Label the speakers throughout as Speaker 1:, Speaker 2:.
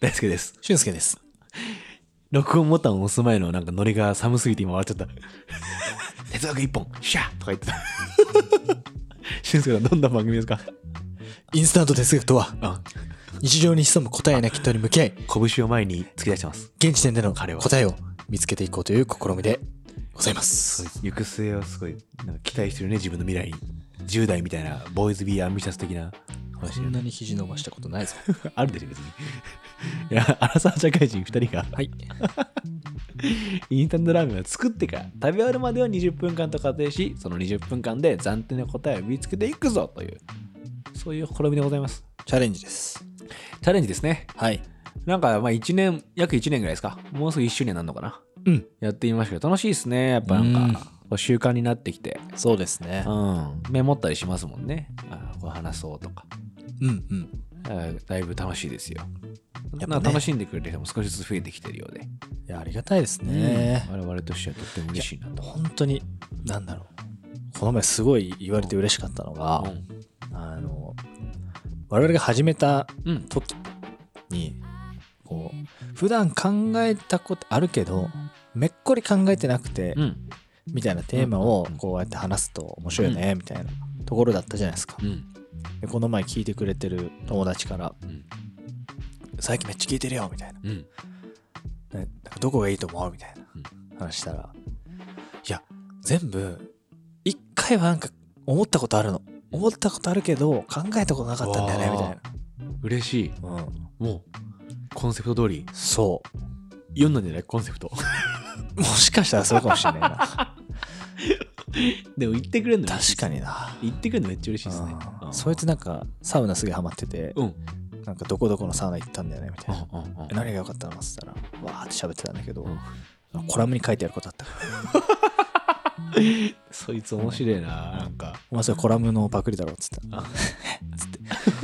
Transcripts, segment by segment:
Speaker 1: 大輔です。
Speaker 2: 俊介です。
Speaker 1: 録音ボタンを押す前のなんかノリが寒すぎて今笑っちゃった。 哲学一本、シャーとか言ってた。 俊介さん、どんな番組ですか
Speaker 2: インスタント哲学とは、
Speaker 1: あ、
Speaker 2: 日常に潜む答えなき問いに向き合い、
Speaker 1: 拳を前に突き出してます。
Speaker 2: 現時点での
Speaker 1: 彼は
Speaker 2: 答えを見つけていこうという試みでございます。
Speaker 1: 行く末はすごい、なんか期待してるね、自分の未来に。10代みたいな、ボーイズビーアンビシャス的な話
Speaker 2: そんなに肘伸ばしたことないぞ。
Speaker 1: あるでしょ、別に。いや、アラサー社会人2人が、
Speaker 2: はい。
Speaker 1: インスタントラーメンを作ってから食べ終わるまでを20分間と仮定しその20分間で暫定の答えを見つけていくぞというそういう試みでございます
Speaker 2: チャレンジです。
Speaker 1: チャレンジですね
Speaker 2: はい。
Speaker 1: なんかまあ1年約1年ぐらいですかもうすぐ1周年なんのかな
Speaker 2: うん。
Speaker 1: やってみましたけど楽しいですねやっぱなんかこう習慣になってきて
Speaker 2: そうですね
Speaker 1: う。んメモったりしますもんねあーこう話そうとか
Speaker 2: うんうん。
Speaker 1: あーだいぶ楽しいですよ、
Speaker 2: やっぱね
Speaker 1: なんか楽しんでくれる人も少しずつ増えてきてるようで、
Speaker 2: いや、ありがたいですね。
Speaker 1: うん我々としてはとっても嬉しいなと
Speaker 2: 本当に、なんだろう。この前すごい言われて嬉しかったのが、
Speaker 1: うん
Speaker 2: あの、我々が始めた
Speaker 1: うん
Speaker 2: 時にこう普段考えたことあるけどめっこり考えてなくて、
Speaker 1: うん
Speaker 2: みたいなテーマを
Speaker 1: うん
Speaker 2: こうやって話すと面白いよね、みたいなところだったじゃないですか
Speaker 1: う、ん
Speaker 2: でこの前聞いてくれてる友達から
Speaker 1: うん
Speaker 2: 「最近めっちゃ聞いてるよ」みたいな
Speaker 1: うん
Speaker 2: 「ねなんかどこがいいと思う?」みたいな話したら「いや全部一回はなんか思ったことあるの思ったことあるけど考えたことなかったんだよね」みたい
Speaker 1: 嬉しい
Speaker 2: な、うん、
Speaker 1: もうコンセプト通り
Speaker 2: そう
Speaker 1: 読んだんじゃないコンセプト
Speaker 2: もしかしたらそうかもしれないな
Speaker 1: でも言ってくれるの
Speaker 2: 確かにな
Speaker 1: 言ってくれるのめっちゃ嬉しいですね
Speaker 2: うんそいつなんかサウナすげえハマってて、
Speaker 1: うん
Speaker 2: なんかどこどこのサウナ行ったんだよねみたいな、
Speaker 1: うんうん
Speaker 2: 何が良かったのっつったらわーって喋ってたんだけど、
Speaker 1: うん
Speaker 2: コラムに書いてあることあったから
Speaker 1: そいつ面白いななんか
Speaker 2: お前それコラムのパクリだろっつった
Speaker 1: あ
Speaker 2: つ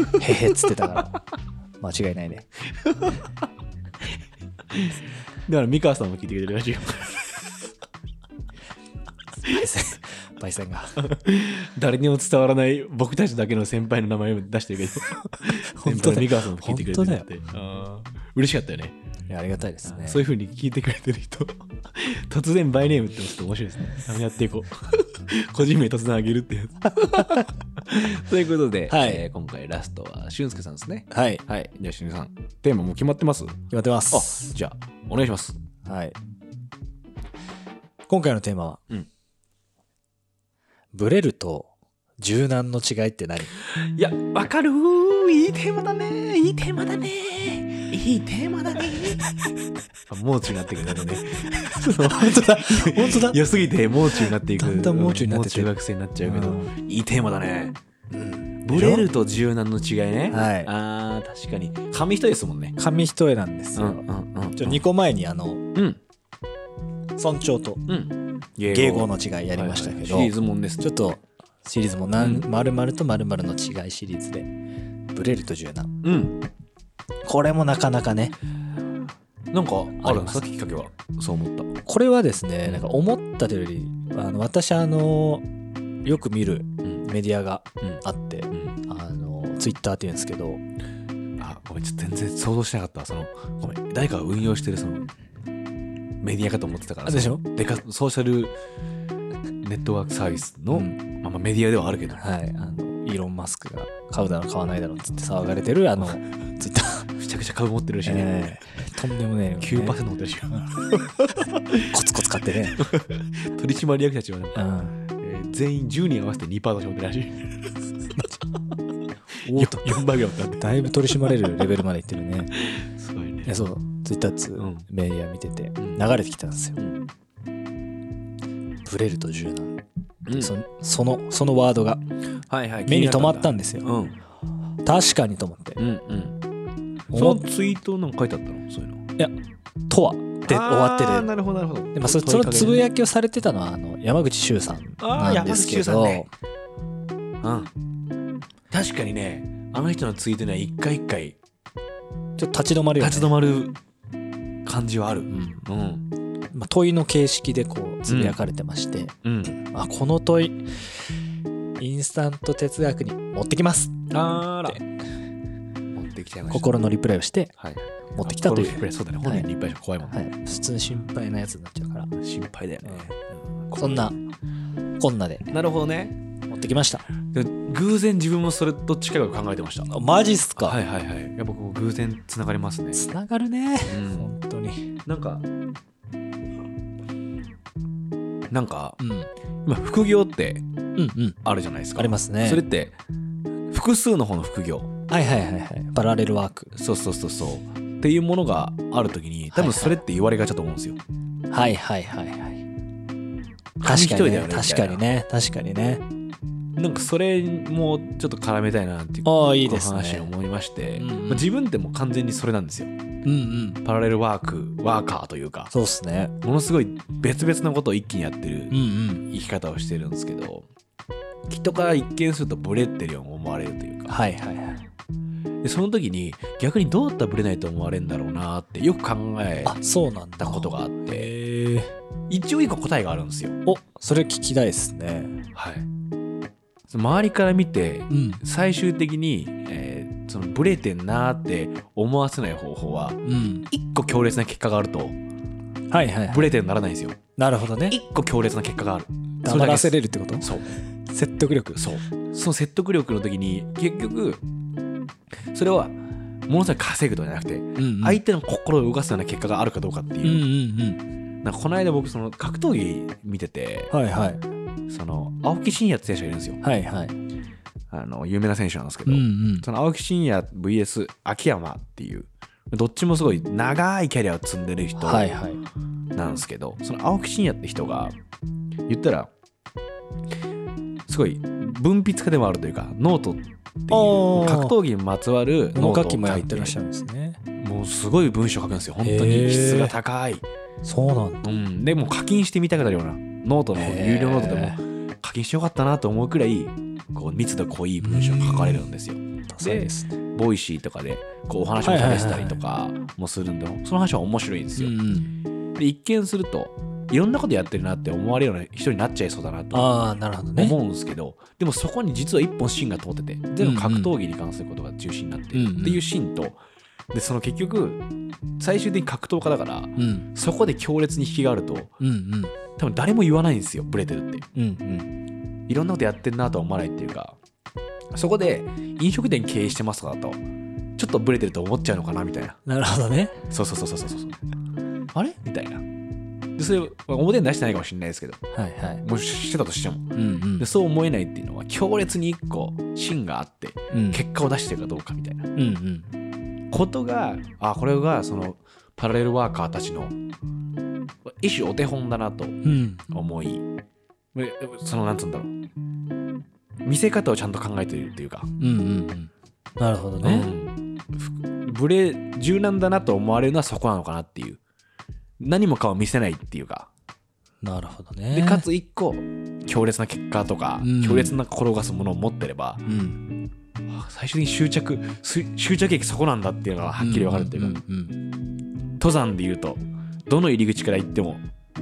Speaker 2: ってへへっつってたから間違いないね
Speaker 1: だ から三川さんも聞いてくれてるらしい よ
Speaker 2: パイセンパイセンが
Speaker 1: 誰にも伝わらない僕たちだけの先輩の名前を出してるけ ど
Speaker 2: 本当だ
Speaker 1: 先輩の三
Speaker 2: よ
Speaker 1: 川さんも聞いてくれてるってあー嬉しかったよね
Speaker 2: いやありがたいですね
Speaker 1: そういう風に聞いてくれてる人 突然バイネームってのちょっと面白いですねやっていこう 個人名突然あげるってやつ ということで、
Speaker 2: はい
Speaker 1: えー今回ラストは俊介さんですね
Speaker 2: はい決
Speaker 1: はいじゃあ俊介さんテーマもう決まってます
Speaker 2: まってま
Speaker 1: あ
Speaker 2: す
Speaker 1: じゃあお願いします
Speaker 2: はい今回のテーマは、
Speaker 1: うん
Speaker 2: ブレると柔軟の違いっ て何
Speaker 1: いやわかるーいいテーマだねーいいテーマだねーいいテーマだねー もう中になってくるんだね
Speaker 2: 本当だ本当だ
Speaker 1: 良すぎてもう中になっていく
Speaker 2: だんだんもう中になっ
Speaker 1: も
Speaker 2: て
Speaker 1: う
Speaker 2: ってる
Speaker 1: 中学生になっちゃうけど、
Speaker 2: う
Speaker 1: いいテーマだね
Speaker 2: うん
Speaker 1: ブレると柔軟の違いね。
Speaker 2: はい
Speaker 1: あー確かに。紙一重ですもんね。
Speaker 2: 紙一重なんですよ、
Speaker 1: んうん。
Speaker 2: ちょ2個前にあの
Speaker 1: うん
Speaker 2: 尊重と
Speaker 1: うん。
Speaker 2: 迎合の違いやりましたけど、
Speaker 1: はいはいシリーズもんです。
Speaker 2: ちょっとシリーズも何、
Speaker 1: う
Speaker 2: 丸々と丸々の違いシリーズでブレると柔軟
Speaker 1: うん。
Speaker 2: これもなかなかね
Speaker 1: なんかあるんです
Speaker 2: あります
Speaker 1: かきっかけは。そう思った。
Speaker 2: これはですねなんか思ったというよりあの私あのよく見る
Speaker 1: うん
Speaker 2: メディアが
Speaker 1: うん
Speaker 2: あって
Speaker 1: うん。
Speaker 2: あのツイッターっていうんですけど
Speaker 1: あごめんちょっと全然想像してなかったそのごめん誰かが運用してるそのメディアかと思ってたから
Speaker 2: あでしょ
Speaker 1: そのでかソーシャルネットワークサービスの、
Speaker 2: うん
Speaker 1: まあ、まあメディアではあるけど
Speaker 2: はいあのイーロン・マスクが買うだろ買わないだろっつって騒がれ てるあのツイッター、
Speaker 1: めちゃくちゃ株持ってるらしいね、
Speaker 2: えーとんでもねえよね
Speaker 1: 9%持ってるらしいよ
Speaker 2: コツコツ買ってね、
Speaker 1: 取締役たちはなんか
Speaker 2: うん、
Speaker 1: えー全員10人合わせて2%の仕事らしい。
Speaker 2: おーと
Speaker 1: 4, 倍ぐらいだったんで。
Speaker 2: だいぶ取り締まれるレベルまでいってるね
Speaker 1: すごいね
Speaker 2: いやそうツイッターつ
Speaker 1: うん
Speaker 2: メディア見てて
Speaker 1: ん
Speaker 2: 流れてきたんですよ
Speaker 1: うん
Speaker 2: ブレると柔軟、
Speaker 1: うん
Speaker 2: そそのそのワードが
Speaker 1: はいはい、
Speaker 2: 目に留まった
Speaker 1: ん
Speaker 2: んですよ
Speaker 1: うん。
Speaker 2: 確かにと思って
Speaker 1: うんうん。そ
Speaker 2: 思
Speaker 1: の
Speaker 2: っ
Speaker 1: ツイートなんか書いてあったのそういうの。
Speaker 2: いや「とは」で終わって
Speaker 1: あー
Speaker 2: る
Speaker 1: なるほどなるほど。
Speaker 2: で、まあ、それそのつぶ
Speaker 1: や
Speaker 2: やきをされてたのはあの山口周さん
Speaker 1: あー
Speaker 2: なんです
Speaker 1: 山
Speaker 2: け
Speaker 1: 口周さん
Speaker 2: ど、
Speaker 1: ねうん。確かにね、あの人のツイートには一回一回
Speaker 2: ちょっと立ち止まるよ、ね
Speaker 1: 立ち止まる感じはある。
Speaker 2: うん
Speaker 1: うん。
Speaker 2: まあ、問いの形式でこうつぶやかれてまして、
Speaker 1: うん。
Speaker 2: あこの問いインスタント哲学に持ってきます
Speaker 1: あら。持ってきちゃいました。
Speaker 2: 心のリプライをして
Speaker 1: はい。
Speaker 2: 持ってきたと
Speaker 1: コ
Speaker 2: い
Speaker 1: ロッケ
Speaker 2: う、
Speaker 1: プレスそうだね。本人にいっぱいじゃ怖いもん
Speaker 2: は
Speaker 1: ね。
Speaker 2: い、普通に心配なやつになっちゃうから、
Speaker 1: 心配だよね。
Speaker 2: そんなこんなで
Speaker 1: なるほどね。
Speaker 2: 持ってきました
Speaker 1: でも偶然自分もそれどっちかが考えてました。
Speaker 2: マジっすか、
Speaker 1: はいはいはい。やっぱこう偶然つながりますね。
Speaker 2: つながるね
Speaker 1: うん。
Speaker 2: 本当に
Speaker 1: なんか、なんか、
Speaker 2: うんうん
Speaker 1: 今副業って
Speaker 2: うん
Speaker 1: あるじゃないですか。
Speaker 2: ありますね
Speaker 1: それって、複数の方の副業。
Speaker 2: はいはいはいはいパラレルワーク
Speaker 1: そうそうそうそう。っていうものがあるときに、多分それって言われがちだと思うんですよ。
Speaker 2: はいはいはいはい
Speaker 1: 紙
Speaker 2: 確
Speaker 1: 一
Speaker 2: か
Speaker 1: 重
Speaker 2: に
Speaker 1: だよ
Speaker 2: ね
Speaker 1: ね
Speaker 2: 確かにね確かにね
Speaker 1: なんかそれもちょっと絡めたいなっていう
Speaker 2: ああいいですね
Speaker 1: 話を思いまして、
Speaker 2: うんうん
Speaker 1: まあ自分ってもう完全にそれなんですよ。
Speaker 2: うんうん
Speaker 1: パラレルワーク、ワーカーというか、
Speaker 2: そうっすね
Speaker 1: ものすごい別々のことを一気にやってる
Speaker 2: うんうん
Speaker 1: 生き方をしてるんですけど、きっとから一見するとブレってるように思われるというか、
Speaker 2: はいはいはい
Speaker 1: でその時に逆にどうやったらブレないと思われるんだろうなってよく考え
Speaker 2: あそうなん
Speaker 1: た
Speaker 2: だ
Speaker 1: ことがあって、一応一個答えがあるんですよ。
Speaker 2: おそれ聞きたいっすね
Speaker 1: はい。その周りから見て
Speaker 2: うん
Speaker 1: 最終的に、えーそのブレてんなーって思わせない方法は
Speaker 2: うん
Speaker 1: 1個強烈な結果があると
Speaker 2: はいはいはい
Speaker 1: ブレてんならないんですよ
Speaker 2: なるほどね
Speaker 1: 1個強烈な結果があるそだけ
Speaker 2: 黙
Speaker 1: で
Speaker 2: ら
Speaker 1: す
Speaker 2: せれるってこと
Speaker 1: そう
Speaker 2: 説得力
Speaker 1: そうその説得力の時に結局それはものすごい稼ぐとかじゃなくて
Speaker 2: うんうん
Speaker 1: 相手の心を動かすような結果があるかどうかって
Speaker 2: うんう
Speaker 1: いう、
Speaker 2: ん
Speaker 1: なんかこの間僕その格闘技見てて
Speaker 2: うんはいはい
Speaker 1: その青木真也って選手がいるんですよ
Speaker 2: はいはい
Speaker 1: あの有名な選手なんですけ
Speaker 2: う
Speaker 1: ど、
Speaker 2: んうん
Speaker 1: その青木真也 VS 秋山っていうどっちもすごい長いキャリアを積んでる人
Speaker 2: はいはい
Speaker 1: なんですけど、その青木真也って人が言ったらすごい文筆家でもあるというかノートっていう
Speaker 2: あー
Speaker 1: 格闘技にまつわるノ
Speaker 2: 物
Speaker 1: ー
Speaker 2: 書
Speaker 1: ト
Speaker 2: きもやってらっしゃ
Speaker 1: る
Speaker 2: るんですね
Speaker 1: もうすごい文章書くんですよ本当
Speaker 2: へー
Speaker 1: に質が高い、
Speaker 2: そうなんだ
Speaker 1: うん、でもう課金してみたくなるようなノートの有料ノートでも課金してよかったなと思うくらいこう密度濃い文章が書かれるんですよ
Speaker 2: 多彩ですね
Speaker 1: ボイシーとかでこうお話もされてたりとかもするんで、その話は面白いんです
Speaker 2: う
Speaker 1: よ。
Speaker 2: んうん
Speaker 1: で一見するといろんなことやってるなって思われるような人になっちゃいそうだなと
Speaker 2: ああなるほどね
Speaker 1: 思うんですけど、でもそこに実は一本芯が通ってて全部格闘技に関することが中心になってるっていう芯とでその結局最終的に格闘家だから
Speaker 2: うん
Speaker 1: そこで強烈に引きがあると
Speaker 2: うんうん
Speaker 1: 多分誰も言わないんですよブレてるって。
Speaker 2: うんうん
Speaker 1: いろんなことやってんなとは思わないっていうかそこで飲食店経営してますとかだとちょっとブレてると思っちゃうのかなみたいな
Speaker 2: なるほどね
Speaker 1: そうそうそうそうそうそうあれみたいなでそれ表に出してないかもしれないですけど
Speaker 2: はいはい
Speaker 1: もししてたとしても
Speaker 2: うんうん
Speaker 1: でそう思えないっていうのは強烈に一個芯があって
Speaker 2: うん
Speaker 1: 結果を出してるかどうかみたいな
Speaker 2: うんうん
Speaker 1: ことがあこれがそのパラレルワーカーたちの一種お手本だなと
Speaker 2: うん
Speaker 1: 思いえそのなんつうんだろう見せ方をちゃんと考えているっていうか、
Speaker 2: うんうんうんなるほど
Speaker 1: う
Speaker 2: ね
Speaker 1: ん、ふブレ柔軟だなと思われるのはそこなのかなっていう何もかを見せないっていうか
Speaker 2: なるほどね
Speaker 1: でかつ一個強烈な結果とか、
Speaker 2: うん
Speaker 1: 強烈な転がすものを持ってれば
Speaker 2: うん
Speaker 1: あ最終的に執着す執着駅そこなんだっていうのがはっきり分かるっていうか、
Speaker 2: うんうん
Speaker 1: 登山でいうとどの入り口から行っても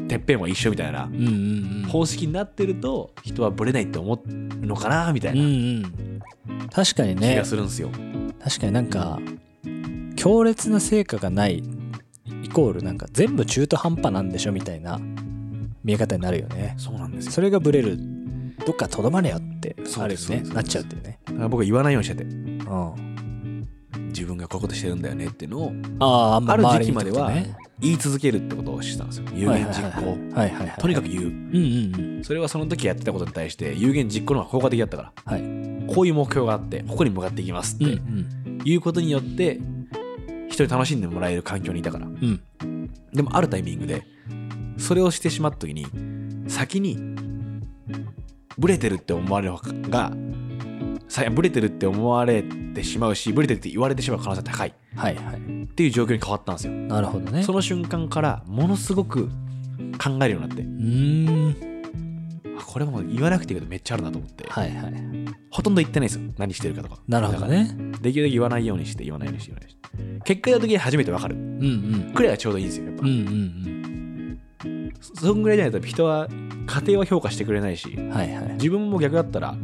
Speaker 1: てっぺんは一緒みたいな
Speaker 2: うんうんうん
Speaker 1: 方式になってると人はブレないって思うのかなみたい
Speaker 2: うん
Speaker 1: な
Speaker 2: うん確かに
Speaker 1: 気
Speaker 2: ね
Speaker 1: がするんですよ。
Speaker 2: 確かになんか強烈な成果がないイコールなんか全部中途半端なんでしょみたいな見え方になるよね
Speaker 1: そうなんですよ
Speaker 2: それがブレるどっかとどまれよって
Speaker 1: そ
Speaker 2: あ
Speaker 1: う
Speaker 2: る
Speaker 1: で
Speaker 2: よ
Speaker 1: す
Speaker 2: ね
Speaker 1: そうです
Speaker 2: なっちゃうっていうね
Speaker 1: だから僕は言わないようにしてて
Speaker 2: うん
Speaker 1: 自分がこういうことしてるんだよねっていうのを
Speaker 2: あああんま
Speaker 1: ある
Speaker 2: 周
Speaker 1: 時
Speaker 2: り
Speaker 1: 期
Speaker 2: に
Speaker 1: ま
Speaker 2: っ
Speaker 1: で
Speaker 2: てこと
Speaker 1: は
Speaker 2: ね
Speaker 1: 言い続けるってことをしてたんですよ有言実行、
Speaker 2: はいはいはい
Speaker 1: とにか
Speaker 2: く
Speaker 1: く言う
Speaker 2: うんうんうん
Speaker 1: それはその時やってたことに対して有言実行の方が効果的だったから
Speaker 2: はい
Speaker 1: こういう目標があってここに向かっていきますって
Speaker 2: うん
Speaker 1: いうことによって人に楽しんでもらえる環境にいたから
Speaker 2: うんうん
Speaker 1: でもあるタイミングでそれをしてしまった時に先にブレてるって思われる方がさブレてるって思われてしまうしブレてるって言われてしまう可能性が高い
Speaker 2: はいはい
Speaker 1: っていう状況に変わったんですよ
Speaker 2: なるほどね
Speaker 1: その瞬間からものすごく考えるようになって
Speaker 2: うーん
Speaker 1: あこれはもう言わなくていいことめっちゃあるなと思って、
Speaker 2: はいはい
Speaker 1: ほとんど言ってないんですよ何してるかとか
Speaker 2: なるほどね
Speaker 1: できるだけ言わないようにして言わないようにして言わないようにして結果の時に初めて分かる
Speaker 2: うんうん
Speaker 1: くらいがちょうどいいんですよやっぱ、
Speaker 2: うんうん
Speaker 1: そそんぐらいじゃないと人は家庭は評価してくれないし
Speaker 2: うんはいはい
Speaker 1: 自分も逆だったら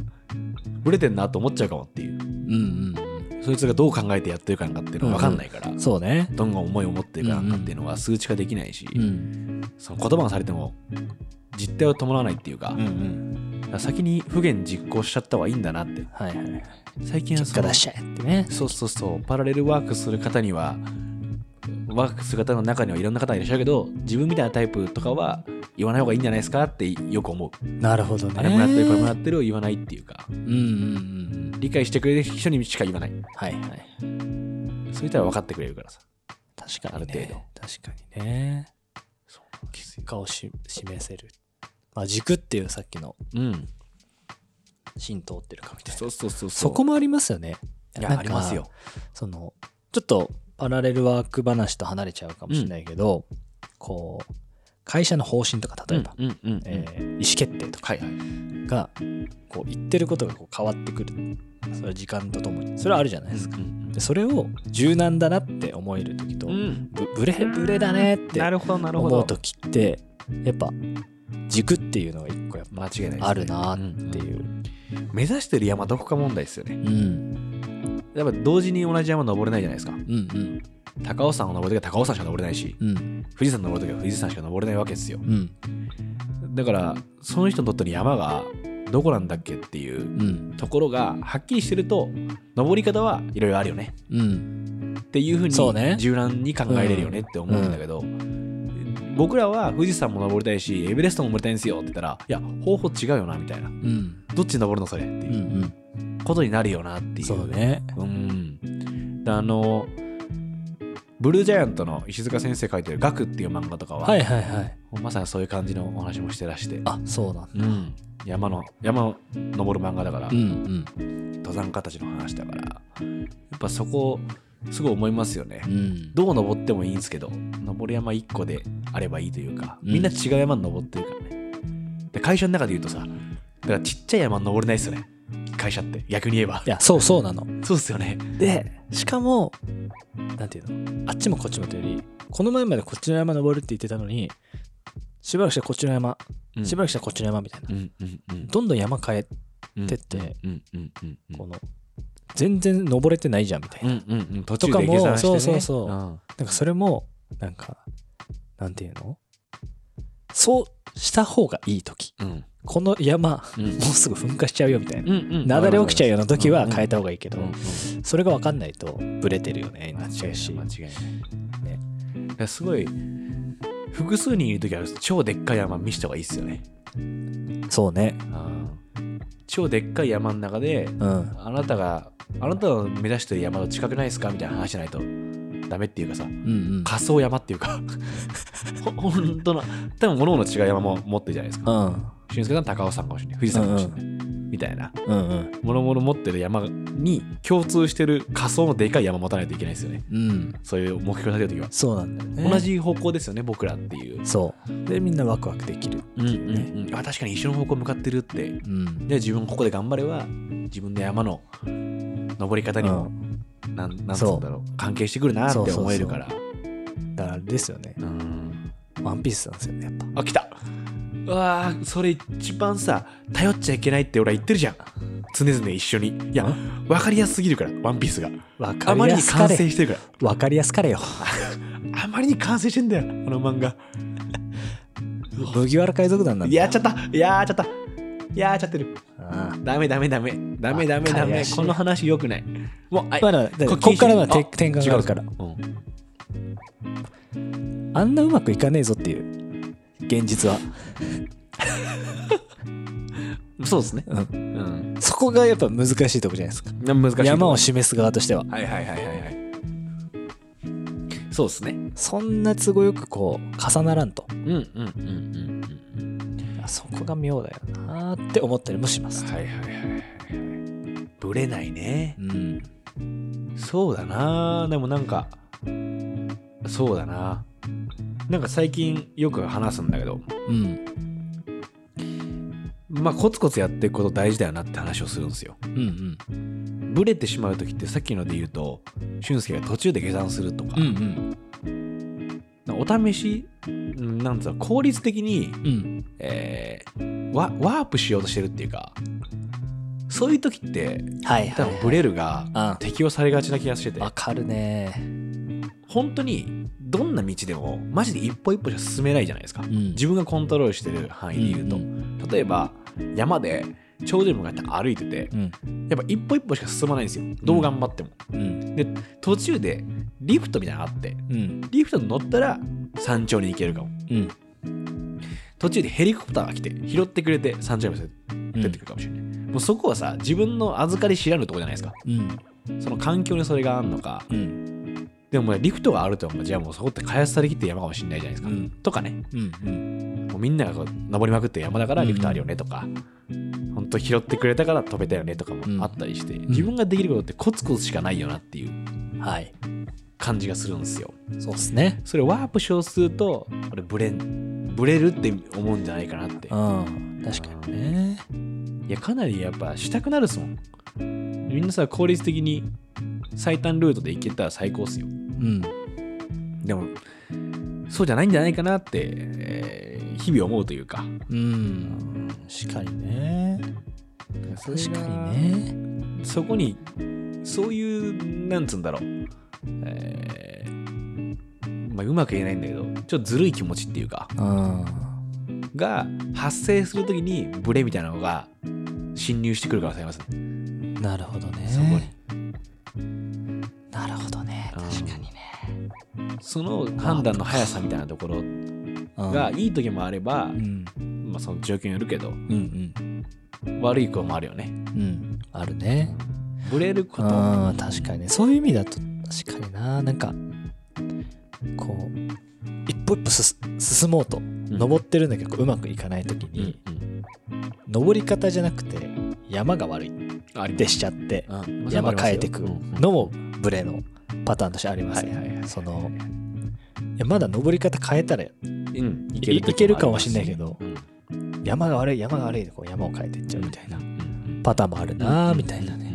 Speaker 1: ブレてんなと思っちゃうかもっていう
Speaker 2: うんうんうん
Speaker 1: そいつがどう考えてやってるかなんかっていうのは分かんないから、
Speaker 2: そうね。
Speaker 1: どんな思いを持ってるかなんかっていうのは数値化できないし、
Speaker 2: うん。
Speaker 1: その言葉がされても実態を伴わないっていうか,、
Speaker 2: ん。
Speaker 1: 先に不言実行しちゃった方がいいんだなって
Speaker 2: はいはいはい。
Speaker 1: 最近は
Speaker 2: 結
Speaker 1: そ
Speaker 2: 果
Speaker 1: の
Speaker 2: 出しちゃえってね。
Speaker 1: そうそうそうパラレルワークする方にはワークする方の中にはいろんな方がいらっしゃるけど自分みたいなタイプとかは言わない方がいいんじゃないですかってよく思う、
Speaker 2: なるほどね。
Speaker 1: あれもらってるこれもら
Speaker 2: っ
Speaker 1: ってるを言わないっていうか
Speaker 2: うんうんうん。
Speaker 1: 理解してくれる人にしか言わない
Speaker 2: はいはい。
Speaker 1: そう言ったら分かってくれるからさ
Speaker 2: 確かに、ね。
Speaker 1: ある程
Speaker 2: 確かにね。
Speaker 1: そうなんですよ
Speaker 2: 結果をし示せる。まあ、軸っていうさっきの
Speaker 1: うん
Speaker 2: 芯通ってるかみたいな。
Speaker 1: そうそうそうう
Speaker 2: そこもありますよね。
Speaker 1: い
Speaker 2: なん
Speaker 1: や
Speaker 2: か
Speaker 1: ありますよ
Speaker 2: そのちょっとパラレルワーク話と離れちゃうかもしれないけど、こう会社の方針とか例えば、
Speaker 1: うんうんうんうん
Speaker 2: えー意思決定とか
Speaker 1: はいはい
Speaker 2: が、こう言ってることがこう変わってくるそれは時間とともにそれはあるじゃないですか、でそれを柔軟だなって思える時と、
Speaker 1: うんうん
Speaker 2: ぶブレブレだねって
Speaker 1: るほどな
Speaker 2: 思う時ってやっぱ軸っていうのが一個やっ
Speaker 1: 間違いないですね
Speaker 2: ぱあるなっていう、
Speaker 1: うん目指してる山どこか問題ですよね
Speaker 2: うん、うん
Speaker 1: やっぱ同時に同じ山登れないじゃないですか
Speaker 2: うん
Speaker 1: 高尾山を登るときは高尾山しか登れないし
Speaker 2: うん
Speaker 1: 富士山登るときは富士山しか登れないわけですよ
Speaker 2: うん
Speaker 1: だからその人にとっての山がどこなんだっけっていう
Speaker 2: うん
Speaker 1: ところがはっきりしてると登り方はいろいろあるよね
Speaker 2: うん
Speaker 1: っていうふう
Speaker 2: そうね
Speaker 1: に柔軟に考えれるよねって思うんだけど、僕らは富士山も登りたいしエベレストも登りたいんですよって言ったらいや方法違うよなみたいな
Speaker 2: うん
Speaker 1: どっちに登るのそれって
Speaker 2: う
Speaker 1: いうんことになるよなっていう
Speaker 2: そうね
Speaker 1: うんであのブルージャイアントの石塚先生書いてる「ガク」っていう漫画とかは、
Speaker 2: はいはいはい。
Speaker 1: まさにそういう感じのお話もしてらして、
Speaker 2: あ、そうなんだ。
Speaker 1: うん、山の山を登る漫画だから、
Speaker 2: うん
Speaker 1: 登山家たちの話だからやっぱそこすごい思いますよね、
Speaker 2: うん。うん。
Speaker 1: どう登ってもいいんですけど登る山1個であればいいというか
Speaker 2: うん
Speaker 1: みんな違う山に登ってるからね、で会社の中で言うとさだからちっちゃい山に登れないですよね会社って逆に言えば
Speaker 2: いや、そうそうなの。
Speaker 1: そうっすよね
Speaker 2: で、しかも、なんていうの、あっちもこっちもというより、この前までこっちの山登るって言ってたのに、しばらくしてこっちの山、
Speaker 1: うん
Speaker 2: しばらくしてこっちの山みたいな。
Speaker 1: うんうんうん
Speaker 2: どんどん山変え、
Speaker 1: うん
Speaker 2: てって
Speaker 1: うんうんうんうん
Speaker 2: この、全然登れてないじゃんみたいな。
Speaker 1: うんうんうん途
Speaker 2: と
Speaker 1: 中
Speaker 2: か
Speaker 1: で
Speaker 2: も
Speaker 1: 下山してね
Speaker 2: そうそうそう
Speaker 1: うん
Speaker 2: なんかそれも、なんか、なんていうのそうした方がいいとき。
Speaker 1: うん
Speaker 2: この山、
Speaker 1: う
Speaker 2: もうすぐ噴火しちゃうよみたいな。
Speaker 1: んうん
Speaker 2: 雪崩起きちゃうような時は変
Speaker 1: て
Speaker 2: えた方がいいけど、それが分かんないとブレてるよねになっちゃうし
Speaker 1: 間違いないねだからすごい複数人いる時は超でっかい山見した方がいいっすよね
Speaker 2: そうね
Speaker 1: うん超でっかい山の中で
Speaker 2: うん
Speaker 1: あなたがあなたの目指してる山と近くないですかみたいな話しないとダメっていうかさ
Speaker 2: うんうん
Speaker 1: 仮想山っていうかほ ほんとな多分物々違う山も持ってるじゃないですか
Speaker 2: うん
Speaker 1: 俊介さんは高尾山かもしれない富士山かもしれない、みたいな
Speaker 2: うんうん
Speaker 1: もろもろ持ってる山に共通してる仮想のでかい山持たないといけないですよね
Speaker 2: うん
Speaker 1: そういう目標を立てるときは、
Speaker 2: そうなんだよね
Speaker 1: 同じ方向ですよね僕らっていう、
Speaker 2: そうでみんなワクワクできる
Speaker 1: うんうんうん、あ確かに一緒の方向向かってるって
Speaker 2: うん
Speaker 1: で自分ここで頑張れば自分の山の登り方にも、なんなんつうんだろう関係してくるなって
Speaker 2: そうそうそう
Speaker 1: 思えるから
Speaker 2: だからあれですよね
Speaker 1: うん
Speaker 2: ワンピースなんですよねやっぱ
Speaker 1: あ来たうわーそれ一番さ頼っちゃいけないって俺は言ってるじゃん常々一緒にいや分かりやすすぎるからワンピースが
Speaker 2: わか
Speaker 1: あまり
Speaker 2: りや
Speaker 1: に
Speaker 2: すか
Speaker 1: 完成
Speaker 2: れ
Speaker 1: してるから
Speaker 2: わかりやすかれよ
Speaker 1: あまりに完成してんだよ、あの漫画。
Speaker 2: 麦わら海賊団なんだ
Speaker 1: やっちゃった、やっちゃった、やっちゃってる。
Speaker 2: あ
Speaker 1: ダメダメダメ、ダメダメダ
Speaker 2: わかり
Speaker 1: メ
Speaker 2: や、すい
Speaker 1: この話良くない。もう、
Speaker 2: あ
Speaker 1: あい
Speaker 2: まだだから
Speaker 1: こ
Speaker 2: こ
Speaker 1: っ
Speaker 2: こっからは
Speaker 1: 禁止
Speaker 2: て
Speaker 1: あ
Speaker 2: 転換があるから
Speaker 1: うん
Speaker 2: あんなうまくいかねえぞっていう現実は、
Speaker 1: そうですね。
Speaker 2: うん
Speaker 1: うん。
Speaker 2: そこがやっぱ難しいとこじゃないですか
Speaker 1: 難しい。
Speaker 2: 山を。示す側としては
Speaker 1: はいはいはいはいはい。そうですね。
Speaker 2: そんな都合よくこう重ならんと
Speaker 1: うんうんうんうんうん
Speaker 2: あそこが妙だよなーって思ったりもしま
Speaker 1: うん。
Speaker 2: す、
Speaker 1: はいはいはいはい。ぶれないね
Speaker 2: う。ん
Speaker 1: そうだなでもなんかそうだななんか最近よく話すんだけど
Speaker 2: うん
Speaker 1: まあコツコツやっていくこと大事だよなって話をするんですよ
Speaker 2: うんうん
Speaker 1: ブレてしまう時ってさっきので言うと俊介が途中で下山するとか、
Speaker 2: ん
Speaker 1: お試しうんなんつうの効率的に、
Speaker 2: うん
Speaker 1: えーワワープしようとしてるっていうかそういう時って
Speaker 2: はい
Speaker 1: 多
Speaker 2: はい、
Speaker 1: 分ブレるが
Speaker 2: うん
Speaker 1: 適用されがちな気がしてて
Speaker 2: わかるね
Speaker 1: 本当にどんな道でもマジで一歩一歩じゃ進めないじゃないですか
Speaker 2: うん
Speaker 1: 自分がコントロールしてる範囲で言うと、
Speaker 2: うん
Speaker 1: 例えば山で頂上に向かって歩いてて
Speaker 2: うん
Speaker 1: やっぱ一歩一歩しか進まないんですよどう頑張っても、
Speaker 2: うん
Speaker 1: で途中でリフトみたいなのがあって
Speaker 2: うん
Speaker 1: リフトに乗ったら山頂に行けるかも
Speaker 2: うん
Speaker 1: 途中でヘリコプターが来て拾ってくれて山頂に出てくるかもしれない、もうそこはさ自分の預かり知らぬとこじゃないですか
Speaker 2: うん
Speaker 1: その環境にそれがあるのか
Speaker 2: うん
Speaker 1: でももうリフトがあるとじゃあもうそこって開発されきってる山かもしれないじゃないですか、
Speaker 2: うん
Speaker 1: とかね
Speaker 2: うんうん
Speaker 1: もうみんながこう登りまくってる山だから
Speaker 2: うん
Speaker 1: リフトあるよねとか、本当拾ってくれたから飛べたよねとかもあったりして、
Speaker 2: ん
Speaker 1: 自分ができることってコツコツしかないよなっていう
Speaker 2: はい
Speaker 1: 感じがするんですよ。
Speaker 2: そうっすね
Speaker 1: それワープ少数と俺ブレんブレるって思うんじゃないかなって。
Speaker 2: うん確かにね
Speaker 1: いやかなりやっぱしたくなるっすもん。みんなさ効率的に最短ルートで行けたら最高っすよ。
Speaker 2: うん
Speaker 1: でもそうじゃないんじゃないかなって、えー日々思うというか。
Speaker 2: うん確かにね確かにね
Speaker 1: そこにそういうなんつうんだろう、えーまあ、うまく言えないんだけどちょっとずるい気持ちっていうか
Speaker 2: うん
Speaker 1: が発生するときにブレみたいなのが侵入してくるからさいますね、
Speaker 2: なるほどね
Speaker 1: そこ
Speaker 2: なるほどね
Speaker 1: うん
Speaker 2: 確かにね
Speaker 1: にその判断の速さみたいなところ
Speaker 2: うん
Speaker 1: がいい時もあれば
Speaker 2: う、ん
Speaker 1: まあ、その状況によるけど
Speaker 2: うん
Speaker 1: 悪い子もあるよね
Speaker 2: うんうんあるね
Speaker 1: ブレるこ
Speaker 2: う
Speaker 1: と
Speaker 2: ん確かにそういう意味だと確かにななんかこう一歩一歩すす進もうと登ってるんだけどこううまくいかない時
Speaker 1: うん
Speaker 2: に登り方じゃなくて山が悪いっ
Speaker 1: うんあり
Speaker 2: てしちゃって
Speaker 1: うん
Speaker 2: 山変えてくのもブレのパターンとしてあります
Speaker 1: はいはい
Speaker 2: ね
Speaker 1: はい
Speaker 2: そのいやまだ登り方変えたら
Speaker 1: うんい
Speaker 2: いいけるかもしんない
Speaker 1: 時
Speaker 2: けど
Speaker 1: あります
Speaker 2: 山が悪い山が悪いでこう山を変えていっちゃうみたいな
Speaker 1: うんうん
Speaker 2: パターンもあるなーみたいなね
Speaker 1: ね。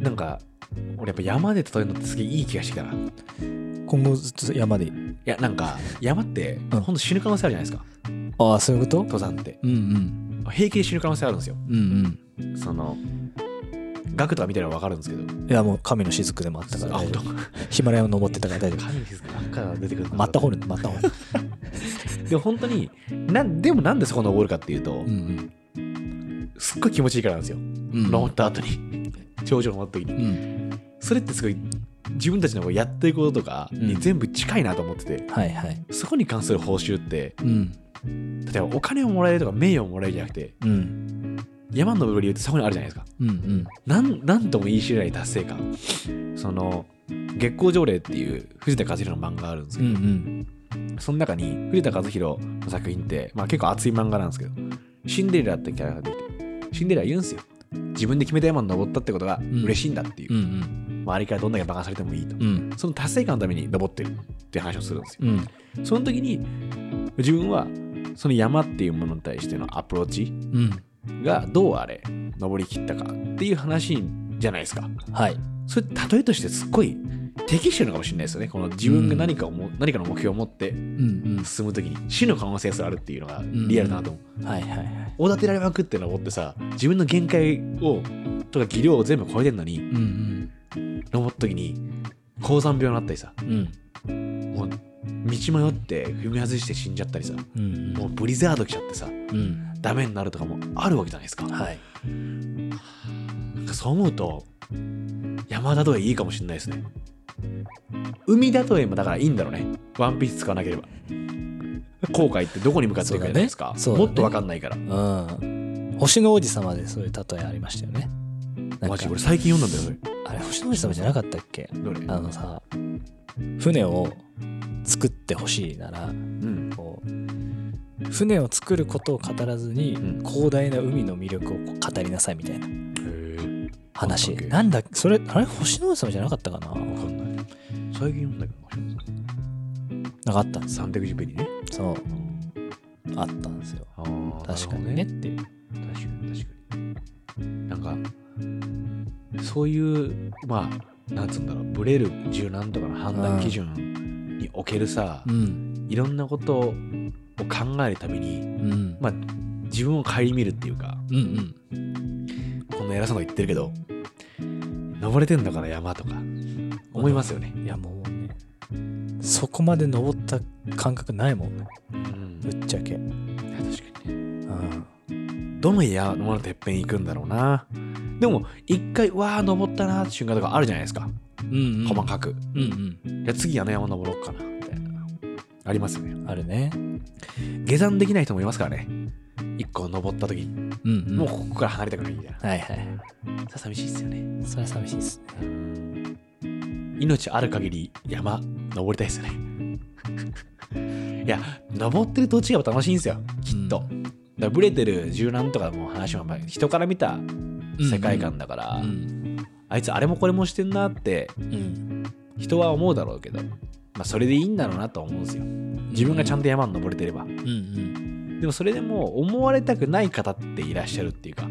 Speaker 1: なんか、俺やっぱ山で例えるのってすげえいい気がしてきたな。い
Speaker 2: 今後ずっと山で
Speaker 1: や、なんか、山って、
Speaker 2: うん
Speaker 1: ほんと死ぬ可能性あるじゃないですか、
Speaker 2: ああそういうこと
Speaker 1: 登山って。
Speaker 2: うんうん
Speaker 1: 平気で死ぬ可能性あるんですよ。
Speaker 2: うん
Speaker 1: その、額とか見たらわかるんですけど、
Speaker 2: うんいやもう神の雫でもあったから
Speaker 1: あ、ほんと、
Speaker 2: ヒマラヤを登ってたから大丈
Speaker 1: 神ですか、なんから出てくる
Speaker 2: 夫また掘
Speaker 1: る。
Speaker 2: るまた掘る
Speaker 1: で、本当になん、でもなんでそこ登るかっていうと、
Speaker 2: ん
Speaker 1: すっごい気持ちいいからなんですよ。
Speaker 2: うんうん
Speaker 1: 登った後に、頂上登った時
Speaker 2: う
Speaker 1: に。
Speaker 2: ん
Speaker 1: それってすごい、自分たちのこうやっていくこととかに全部近いなと思ってて、
Speaker 2: はいはい
Speaker 1: そこに関する報酬って、
Speaker 2: うん
Speaker 1: 例えばお金をもらえるとか名誉をもらえるじゃなくて
Speaker 2: うん
Speaker 1: 山に登る理由ってそこにあるじゃないですか
Speaker 2: うんうん
Speaker 1: なんなんとも言い知れない達成感その月光条例っていう藤田和弘の漫画があるんです
Speaker 2: う
Speaker 1: けど、
Speaker 2: ん
Speaker 1: その中に藤田和弘の作品って、まあ、結構熱い漫画なんですけどシンデレラってキャラが出てシンデレラ言うんですよ自分で決めた山に登ったってことが嬉しいんだっていう、
Speaker 2: うんうん
Speaker 1: 周りからどんだけ馬鹿されてもいいと、
Speaker 2: うん
Speaker 1: その達成感のために登ってるっていう話をするんですよ
Speaker 2: うん
Speaker 1: その時に自分はその山っていうものに対してのアプローチ
Speaker 2: うん
Speaker 1: がどうあれ登りきったかっていう話じゃないですか
Speaker 2: はい
Speaker 1: それ例えとしてすっごい適してるのかもしれないですよねこの自分が何かをも、何かの目標を持って
Speaker 2: うんう
Speaker 1: 進む時に死の可能性すらあるっていうのがリアルだなと思う、
Speaker 2: んはいはいはい
Speaker 1: おだてられまくって登ってさ自分の限界をとか技量を全部超えてるのに
Speaker 2: うん
Speaker 1: 登った時に高山病になったりさ
Speaker 2: うんうん
Speaker 1: もう道迷って踏み外して死んじゃったりさ
Speaker 2: うん
Speaker 1: もうブリザード来ちゃってさ
Speaker 2: うん
Speaker 1: ダメになるとかもあるわけじゃないですか
Speaker 2: はい
Speaker 1: なんかそう思うと山だとえいいかもしれないですね海だとえもだからいいんだろうねワンピース使わなければ後悔ってどこに向かっていくかじゃないですか、
Speaker 2: そうだね
Speaker 1: もっと分かんないから
Speaker 2: うん星の王子様でそういう例えありましたよねなん
Speaker 1: マジ
Speaker 2: か
Speaker 1: 俺最近読んだんだよ
Speaker 2: あれ星の王子様じゃなかったっけ
Speaker 1: それどれ
Speaker 2: あのさ船を作ってほしいなら
Speaker 1: うん
Speaker 2: こう船を作ることを語らずに、
Speaker 1: うん
Speaker 2: 広大な海の魅力をこう語りなさいみたいな
Speaker 1: へえ
Speaker 2: 話
Speaker 1: なんだっけ
Speaker 2: なんだそれあれ星の王子様じゃなかったかな
Speaker 1: 分かんない最近読んだけ
Speaker 2: なんかあったん
Speaker 1: ど
Speaker 2: ですよ
Speaker 1: 300字ペリね
Speaker 2: そうあったんですよ
Speaker 1: あー
Speaker 2: 確か
Speaker 1: なるほど
Speaker 2: にねっていう
Speaker 1: 確かに確かになんかそういうまあなんつうんだろうブレる柔軟とかの判断基準におけるさ、
Speaker 2: うん
Speaker 1: いろんなことを考えるたびに、
Speaker 2: うん
Speaker 1: まあ、自分を顧みるっていうか
Speaker 2: うんうん
Speaker 1: んな偉そうなこと言ってるけど登れてんだから山とか思いますよね、
Speaker 2: いやもうねそこまで登った感覚ないもんね
Speaker 1: うん
Speaker 2: ぶっちゃけ、うん、
Speaker 1: 確かにどの山のてっぺん行くんだろうなでも一回わあ登ったなーって瞬間とかあるじゃないですか
Speaker 2: うんうん
Speaker 1: 細かく、
Speaker 2: うん
Speaker 1: じゃあ次あの山登ろうかなみたいなありますよね
Speaker 2: うんあるね
Speaker 1: 下山できない人もいますからね一個登った時に
Speaker 2: うん、
Speaker 1: もうここから離れたくないみたいな、
Speaker 2: はいはい
Speaker 1: さあ寂しいですよね
Speaker 2: それは寂しいですね
Speaker 1: 命ある限り山登りたいですよね いや登ってる途中が楽しいんですよきっと、だからブレてる柔軟とかも話もまあ人から見た世界観だから、
Speaker 2: うん
Speaker 1: あいつあれもこれもしてんなって
Speaker 2: うん
Speaker 1: 人は思うだろうけど、まあ、それでいいんだろうなとは思うんですよ自分がちゃんと山に登れてれば、
Speaker 2: うんうん
Speaker 1: でもそれでも思われたくない方っていらっしゃるっていうか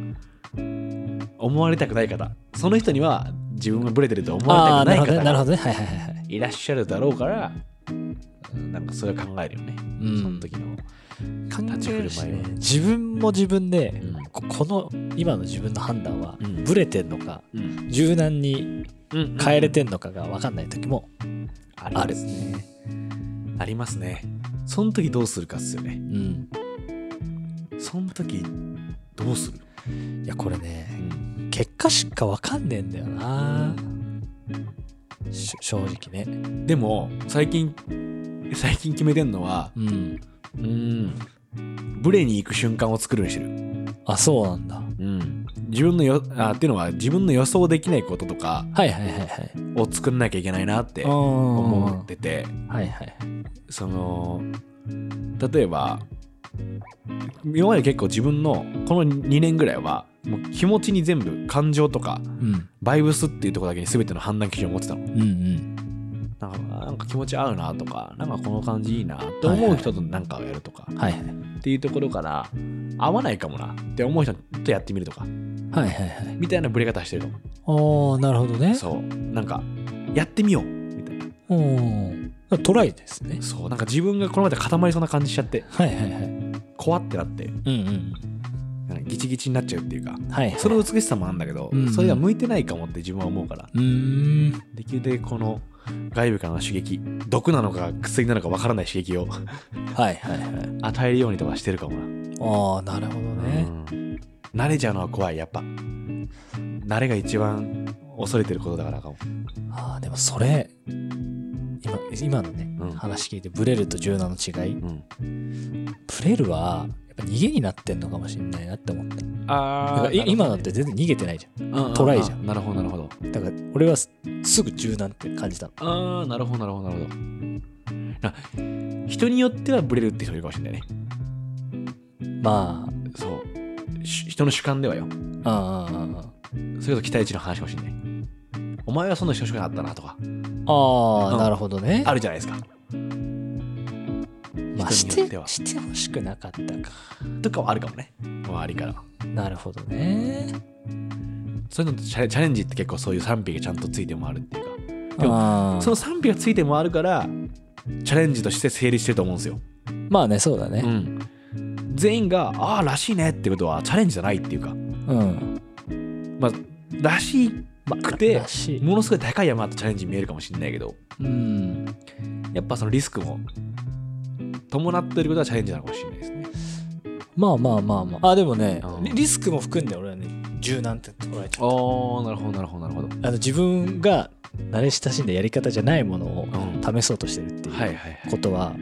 Speaker 1: 思われたくない方その人には自分がブレてると思
Speaker 2: あ
Speaker 1: わ
Speaker 2: あ
Speaker 1: れ
Speaker 2: な
Speaker 1: た
Speaker 2: る
Speaker 1: くない方
Speaker 2: ほどねなるほ
Speaker 1: が
Speaker 2: どねはいはいはいはい
Speaker 1: いらっしゃるだろうからうんなんかそれは考えるよね、
Speaker 2: うん
Speaker 1: その時の立ち振る舞いは
Speaker 2: 自分も自分で、
Speaker 1: うん
Speaker 2: ここの今の自分の判断は、
Speaker 1: うん
Speaker 2: ブレてんのか
Speaker 1: うん
Speaker 2: 柔軟に
Speaker 1: うん
Speaker 2: 変えれてんのかが分かんない時も
Speaker 1: あり
Speaker 2: あ
Speaker 1: ま
Speaker 2: る、
Speaker 1: すねありますねその時どうするかっすよね
Speaker 2: うん
Speaker 1: その時どうする、
Speaker 2: いやこれね結果しか分かんねえんだよな、し正直ね
Speaker 1: でも最近最近決めてんのは
Speaker 2: うん
Speaker 1: うんブレに行く瞬間を作るようにしてる
Speaker 2: あそうなんだ
Speaker 1: うん、自分のよあっていうのは自分の予想できないこととか
Speaker 2: はいはいはいはい
Speaker 1: を作んなきゃいけないなって思
Speaker 2: 思
Speaker 1: ってて
Speaker 2: はいはい
Speaker 1: その例えば今まで結構自分のこの2年ぐらいはもう気持ちに全部感情とか
Speaker 2: うん
Speaker 1: バイブスっていうところだけに全ての判断基準を持ってたの
Speaker 2: うんうん
Speaker 1: なんかあなんか気持ち合うなとかなんかこの感じいいなと思う人と何かをやるとか、
Speaker 2: はいはい
Speaker 1: っていうところから合わないかもなって思う人とやってみるとか
Speaker 2: はいはいはい
Speaker 1: みたいなブレ方してるの
Speaker 2: ああなるほどね
Speaker 1: そうなんかやってみようみたいな
Speaker 2: うんトライですね
Speaker 1: そうなんか自分がこのまで固まりそうな感じしちゃって
Speaker 2: はいはいはい
Speaker 1: 怖ってなって
Speaker 2: うんうん
Speaker 1: なんかギチギチになっちゃうっていうか
Speaker 2: はいはい
Speaker 1: その美しさもあるんだけど、
Speaker 2: うんうん
Speaker 1: それが向いてないかもって自分は思うから
Speaker 2: うーん
Speaker 1: できるだけこの外部からの刺激毒なのか薬なのかわからない刺激を
Speaker 2: はいはいはい
Speaker 1: 与えるようにとかしてるかもな、
Speaker 2: ああなるほどね
Speaker 1: うん慣れちゃうのは怖いやっぱ慣れが一番恐れてることだからかも
Speaker 2: ああでもそれ今今のね、
Speaker 1: うん
Speaker 2: 話聞いてブレると柔軟の違い
Speaker 1: うん
Speaker 2: ブレるはやっぱ逃げになってんのかもしれないなって思っただ
Speaker 1: あ
Speaker 2: からい今なんて全然逃げてないじゃトライじゃん
Speaker 1: なるほどなるほど
Speaker 2: んだから俺はすすぐ柔軟って感じたの
Speaker 1: ああ、なるほど、なるほど、なるほど。な人によってはブレるって人いるかもしれないね。
Speaker 2: ま
Speaker 1: そう。し人の主観ではよ。
Speaker 2: ああー
Speaker 1: それこそ期待値の話かもしれない。お前はそんな人しかなかったなとか、
Speaker 2: あー、
Speaker 1: うん
Speaker 2: なるほどね
Speaker 1: あるじゃないですか。
Speaker 2: まあ、し
Speaker 1: 人によって
Speaker 2: て
Speaker 1: は
Speaker 2: してほしくなかったか
Speaker 1: とかはあるかもね。周りから。
Speaker 2: なるほどね
Speaker 1: そういうのってチャレチャレンジって結構そういう賛否がちゃんとついて回るっていうか。でも
Speaker 2: あー
Speaker 1: その賛否がついて回るから、チャレンジとして成立してると思うんですよ。
Speaker 2: まあねそうだ
Speaker 1: う
Speaker 2: ね
Speaker 1: ん。全員が、ああ、らしいねってことはチャレンジじゃないっていうか、
Speaker 2: うん、
Speaker 1: まあ、らしくて
Speaker 2: ら、しい
Speaker 1: ものすごい高い山ってチャレンジに見えるかもしれないけど
Speaker 2: うん
Speaker 1: やっぱそのリスクも伴ってることはチャレンジなのかもしれないですね
Speaker 2: まあまあまあまああでもね
Speaker 1: うん
Speaker 2: リリスクも含んで俺はね柔軟って捉えてる
Speaker 1: ああなるほどなるほどなるほど、
Speaker 2: あの自分が慣れ親しんだやり方じゃないものを
Speaker 1: うん、
Speaker 2: 試そうとしてるってい
Speaker 1: はいうはいはい
Speaker 2: ことは、あ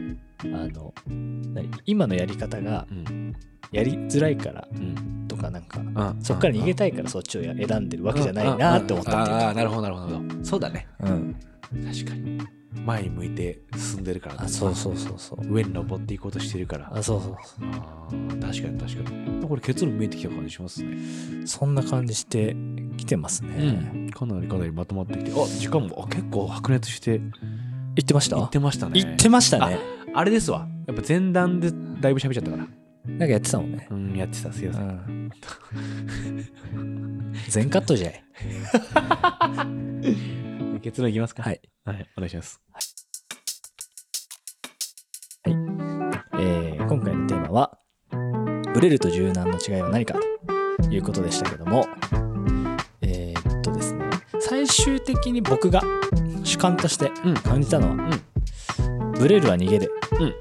Speaker 2: の何今のやり方が
Speaker 1: うん
Speaker 2: やりづらいから
Speaker 1: うん
Speaker 2: とかなんか
Speaker 1: うん
Speaker 2: そっから逃げたいからそっちをや選んでるわけじゃないなって思ったっていう
Speaker 1: ああ
Speaker 2: か
Speaker 1: ーなるほどなるほどなるほどそうだね
Speaker 2: うん
Speaker 1: 確かに前に向いて進んでるから
Speaker 2: あそうそうそうそう
Speaker 1: 上に登っていこうとしてるから
Speaker 2: あそうそうそ
Speaker 1: あー確かに確かにこれ結論見えてきた感じしますね
Speaker 2: うそんな感じしてきてますね、
Speaker 1: うんかなりかなりまとまってきてあ時間もあ結構白熱して
Speaker 2: 言ってました
Speaker 1: いってましたね
Speaker 2: 言ってましたね
Speaker 1: あれですわ。やっぱ前段でだいぶ喋っちゃったから。
Speaker 2: なんかやってたもんね
Speaker 1: うん、やってた、すいま
Speaker 2: う
Speaker 1: せん。
Speaker 2: ん全カットじゃい
Speaker 1: 結論いきますか
Speaker 2: はい。
Speaker 1: はい、お願いします。
Speaker 2: えー今回のテーマは「ブレると柔軟の違いは何か?」ということでしたけども最終的に僕が主観として
Speaker 1: うん
Speaker 2: 感じたのは、ブレるは逃げで、
Speaker 1: うん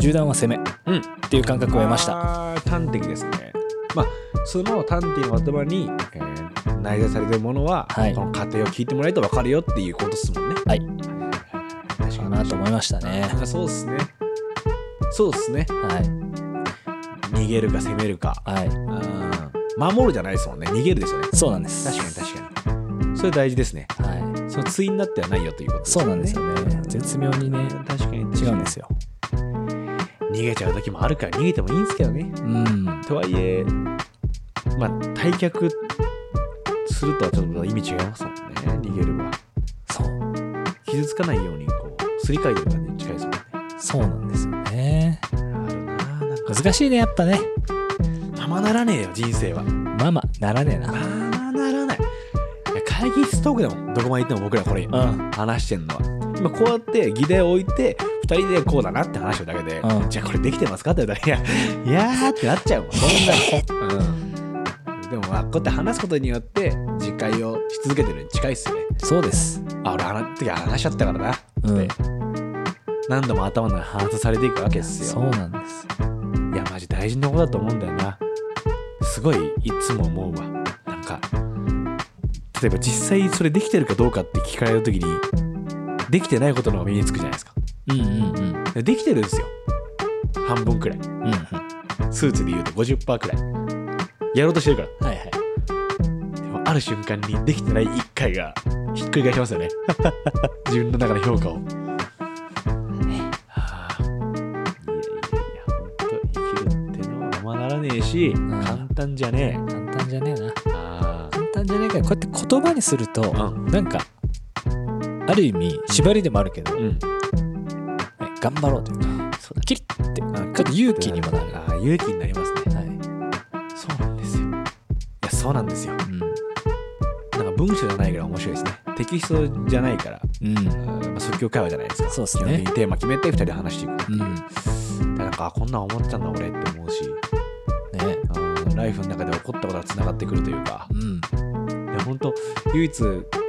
Speaker 2: 銃弾は攻めっ
Speaker 1: うん
Speaker 2: ていう感覚を得ました
Speaker 1: た端的ですねまあその端的の言葉に、えー内在されてるものは、
Speaker 2: はい
Speaker 1: この過程を聞いてもらえると分かるよっていうことですもんね
Speaker 2: はい
Speaker 1: 確
Speaker 2: かなと思いましたね
Speaker 1: あそうっすねそうっすね
Speaker 2: はい
Speaker 1: 逃げるか攻めるか
Speaker 2: はい
Speaker 1: うん守るじゃないですもんね逃げるですよね
Speaker 2: そうなんです
Speaker 1: 確かに確かにそれ大事ですね
Speaker 2: かに、はい、
Speaker 1: その対になってはないよということ
Speaker 2: そうなんですよね絶妙にね
Speaker 1: 確かに
Speaker 2: 違うんですよ
Speaker 1: 逃げちゃう時もあるから逃げてもいいんですけどね
Speaker 2: うん
Speaker 1: とはいえまあ退却するとはちょっと意味違いますもんね逃げるは
Speaker 2: そう
Speaker 1: 傷つかないようにこうすり替えてる感じに近いですもんね
Speaker 2: そうなんですよね
Speaker 1: あるなあなんか
Speaker 2: 難しいねやっぱね
Speaker 1: ままならねえよ人生は
Speaker 2: ママならねえな
Speaker 1: ままならないいや会議室トークでもどこまで行っても僕らこれ
Speaker 2: うん
Speaker 1: 話してんのは今こうやって議題を置いて2人でこうだなって話してるだけで、
Speaker 2: うん
Speaker 1: じゃあこれできてますかって言った ら「いやいやー」ってなっちゃうもんそんな、うん、でもまあこうやって話すことによって次回をし続けてるに近いっすよね
Speaker 2: そうです
Speaker 1: あ俺あの時話しちゃったからな
Speaker 2: うん
Speaker 1: 何度も頭の中に反射されていくわけです
Speaker 2: そ
Speaker 1: よ
Speaker 2: うなんです
Speaker 1: いやマジ大事なことだと思うんだよなすごいいつも思うわなんか例えば実際それできてるかどうかって聞かれる時にできてないことの方が身につくじゃないですか
Speaker 2: うんうんうん
Speaker 1: でできてるんですよ半分くらい
Speaker 2: うんうんは
Speaker 1: スーツで言うと50%くらいやろうとしてるから
Speaker 2: いはい
Speaker 1: でもある瞬間にできてない1回がひっくり返しますよね 自分の中の評価をはあいやいやいや本当生きるってのはままならねえし
Speaker 2: ん
Speaker 1: 簡単じゃね
Speaker 2: 簡単じゃねえな
Speaker 1: えあ
Speaker 2: 簡単じゃねえからこうやって言葉にすると、
Speaker 1: う
Speaker 2: なんかある意味縛りでもあるけど、
Speaker 1: ーうん
Speaker 2: 頑張ろうというかキリッて
Speaker 1: なん
Speaker 2: ちょっと勇気にもなる
Speaker 1: あー勇気になりますね
Speaker 2: はい、
Speaker 1: そうなんですよいやそうなんですよなんか文章じゃないから面白いですねテキストじゃないから
Speaker 2: うんうん
Speaker 1: あーまあ、即興会話じゃないですか。
Speaker 2: そうですね
Speaker 1: 基本的にテーマ決めて、二人で話していく。
Speaker 2: うんね
Speaker 1: なんか、あこんなん思ってたんだ、俺って思うし、あーライフの中で起こったことが繋がってくるというか
Speaker 2: う、ん
Speaker 1: いや、本当唯一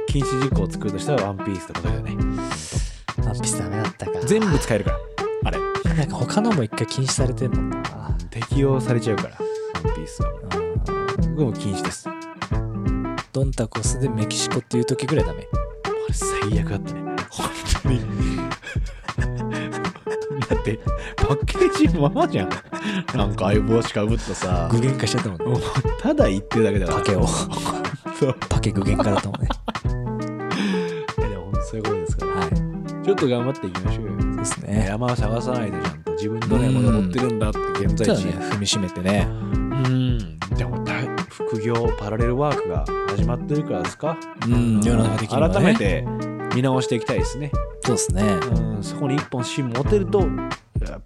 Speaker 1: 禁止事項を作るとしたら、ワンピースってことだよね。
Speaker 2: ワンピースダメだったか
Speaker 1: 全部使えるから、あれ。
Speaker 2: なんか他のも一回禁止されてんもんな
Speaker 1: 適用されちゃうから、ワンピースは。僕も禁止です。あ
Speaker 2: ドンタコスでメキシコっていう時ぐらいダメ
Speaker 1: れ、最悪だったね。本当に。 だって、パッケージままじゃん。なんか、相棒しかぶったさ。
Speaker 2: 具現化しちゃったもんね
Speaker 1: もうただ言ってるだけだから。
Speaker 2: パケを
Speaker 1: そう。
Speaker 2: パケ具現化だったもんね
Speaker 1: いやでも本当そういうことですから、
Speaker 2: はい
Speaker 1: ちょっと頑張っていきましょうよ。
Speaker 2: そうですね
Speaker 1: 山を探さないでちゃんと自分のね、
Speaker 2: うん
Speaker 1: もの持ってるんだって現
Speaker 2: じゃ
Speaker 1: 在
Speaker 2: あ
Speaker 1: 地
Speaker 2: ね。踏みしめてね
Speaker 1: うん。でも大副業パラレルワークが始まってるからですか。
Speaker 2: うん世の中的にはね
Speaker 1: 改めて見直していきたいですね。
Speaker 2: そうですね
Speaker 1: うん。そこに一本芯持てるとや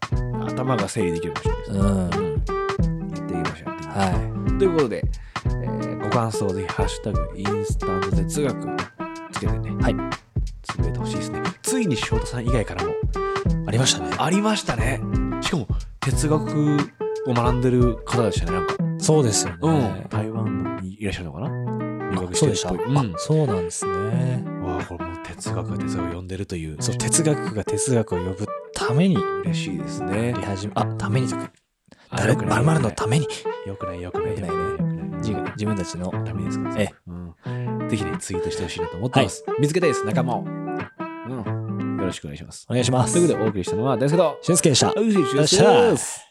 Speaker 1: 頭が整理できるかもしれないです
Speaker 2: う
Speaker 1: ね。
Speaker 2: ん
Speaker 1: うんやっていきましょうやっていきましょう。
Speaker 2: は
Speaker 1: ということで、えーご感想をぜひ「ハッシュタグインスタント哲学」つけてね、
Speaker 2: はい、
Speaker 1: つぶえてほしいですねついに翔太さん以外からも
Speaker 2: いありましたね
Speaker 1: ありましたねしかも哲学を学んでる方でしたねなんか、
Speaker 2: そうですよね
Speaker 1: 台湾にいらっしゃるのかな留
Speaker 2: あ
Speaker 1: 学して
Speaker 2: そう
Speaker 1: る
Speaker 2: で
Speaker 1: っ
Speaker 2: した、
Speaker 1: ぽい
Speaker 2: あそうなんですね
Speaker 1: うん、わあこれもう哲学が哲学を呼んでるという
Speaker 2: そう哲学が哲学を呼ぶために
Speaker 1: 嬉しいです
Speaker 2: や
Speaker 1: ね
Speaker 2: り始めあためにとか
Speaker 1: あ
Speaker 2: 誰
Speaker 1: よくない
Speaker 2: まるまるのために
Speaker 1: よくないよくない
Speaker 2: よくないね
Speaker 1: よくない
Speaker 2: 自自分たちの
Speaker 1: ダメですか
Speaker 2: ええ
Speaker 1: うん、ぜひね、ツイートしてほしいなと思ってます。見つけたいです、仲間を。うん。よろしくお願いします。
Speaker 2: お願いします
Speaker 1: ということで、お送りしたのは、大輔と、
Speaker 2: 俊介でした
Speaker 1: うし
Speaker 2: よっしゃ
Speaker 1: す。